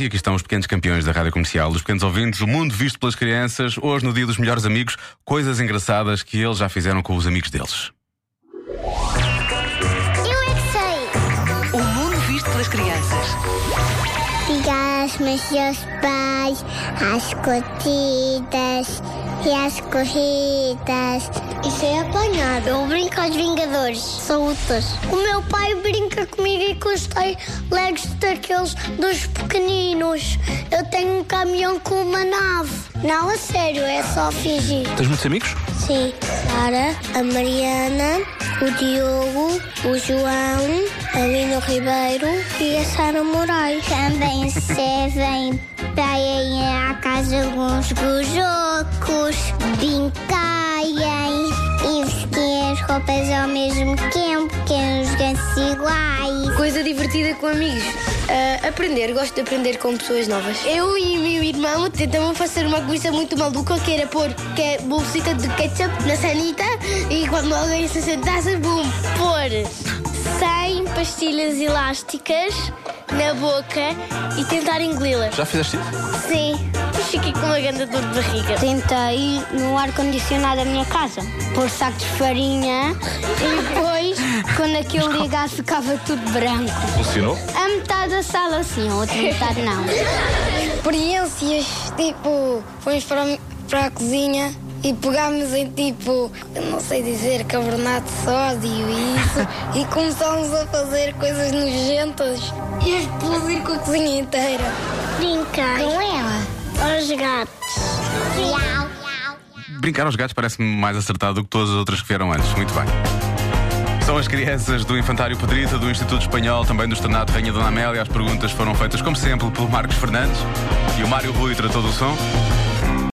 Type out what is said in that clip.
E aqui estão os pequenos campeões da Rádio Comercial, dos pequenos ouvintes, o mundo visto pelas crianças, hoje no Dia dos Melhores Amigos, coisas engraçadas que eles já fizeram com os amigos deles. Eu é que sei. O mundo visto pelas crianças. Ligar aos meus pais, às curtidas e às corridas. Isso é apanhado. Eu brinco aos Vingadores, são lutas. O meu pai brinca comigo e custei legos daqueles dos pequeninos. Eu tenho um caminhão com uma nave. Não, a sério, é só fingir. Tens muitos amigos? Sim, Sara, a Mariana, o Diogo, o João, a Lino Ribeiro e a Sara Moraes. Também servem para ir à é casa alguns gojocos, brincarem e vestirem as roupas ao mesmo tempo, que é uns gansos iguais. Coisa divertida com amigos. Ah, aprender, gosto de aprender com pessoas novas. Eu e meu irmão tentamos fazer uma coisa muito maluca que era pôr que bolsita de ketchup na sanita e quando alguém se sentasse, bum, pôr 100 pastilhas elásticas na boca Né? e tentar engoli-las. Já fizeste isso? Sim. Fiquei com uma grande dor de barriga. Tentei no ar-condicionado da minha casa pôr sacos de farinha e depois, quando aquilo ligasse, ficava tudo branco. Funcionou? A metade da sala sim, a outra metade não. experiências, tipo, fomos para, a- para a cozinha e pegámos em tipo, eu não sei dizer, cabernet de sódio e isso, e começámos a fazer coisas nojentas e a explodir com a cozinha inteira. Brincar com ela, aos gatos. Miau, miau. Brincar aos gatos parece-me mais acertado do que todas as outras que vieram antes. Muito bem. São as crianças do Infantário Pedrita, do Instituto Espanhol, também do Esternado Rainha Dona Amélia. As perguntas foram feitas, como sempre, pelo Marcos Fernandes e o Mário Rui tratou do som.